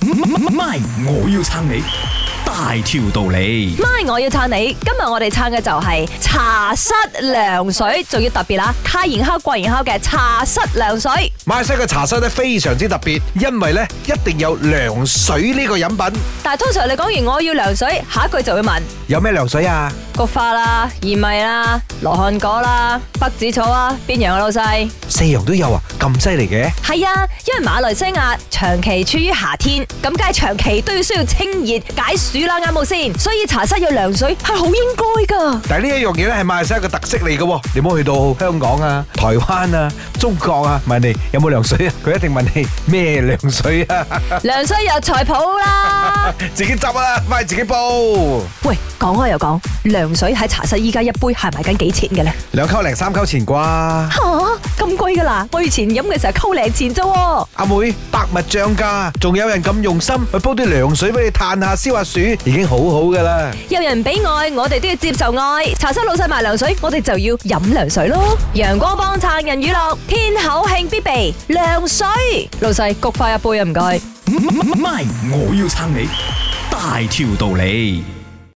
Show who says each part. Speaker 1: 咪，我要撐你，大條道理。
Speaker 2: My，我要撐你。今日我哋撐嘅就係茶室涼水，仲要特別啦，太然烤、桂然烤嘅茶室涼水。
Speaker 3: 馬來西亞嘅茶室咧非常之特別，因為咧一定有涼水呢個飲品。
Speaker 2: 但係通常你講完我要涼水，下一句就會問
Speaker 3: 有咩涼水啊？
Speaker 2: 菊花啦、薏米啦、羅漢果啦、北子草啊，邊樣啊老細？
Speaker 3: 四樣都有啊，咁犀利嘅？
Speaker 2: 係啊，因為馬來西亞長期處於夏天，咁梗係長期都要需要清熱解暑啦，啱冇先？所以茶室有涼水係好應該㗎。
Speaker 3: 但係呢一樣嘢咧係馬來西亞嘅特色嚟嘅喎，你冇去到香港啊、台灣啊、中國啊，問你有冇涼水啊？佢一定問你咩涼水啊？
Speaker 2: 涼水有菜譜啦。
Speaker 3: 自己執啊，快自己煲。
Speaker 2: 喂，講開又講，涼水喺茶室依家一杯係賣緊幾錢嘅咧？
Speaker 3: 兩溝零三溝錢啩？
Speaker 2: 吓、咁貴噶啦！我以前飲嘅時候溝零錢啫喎。
Speaker 3: 阿妹，百物漲價，仲有人咁用心去煲啲涼水俾你嘆下、消下暑，已經好好噶啦。
Speaker 2: 有人俾愛，我哋都要接受愛。茶室老細賣涼水，我哋就要飲涼水咯。陽光幫撐人娛樂，天口慶必備涼水。老細菊花一杯啊，唔該。
Speaker 1: 咪，我要撐你，大條道理。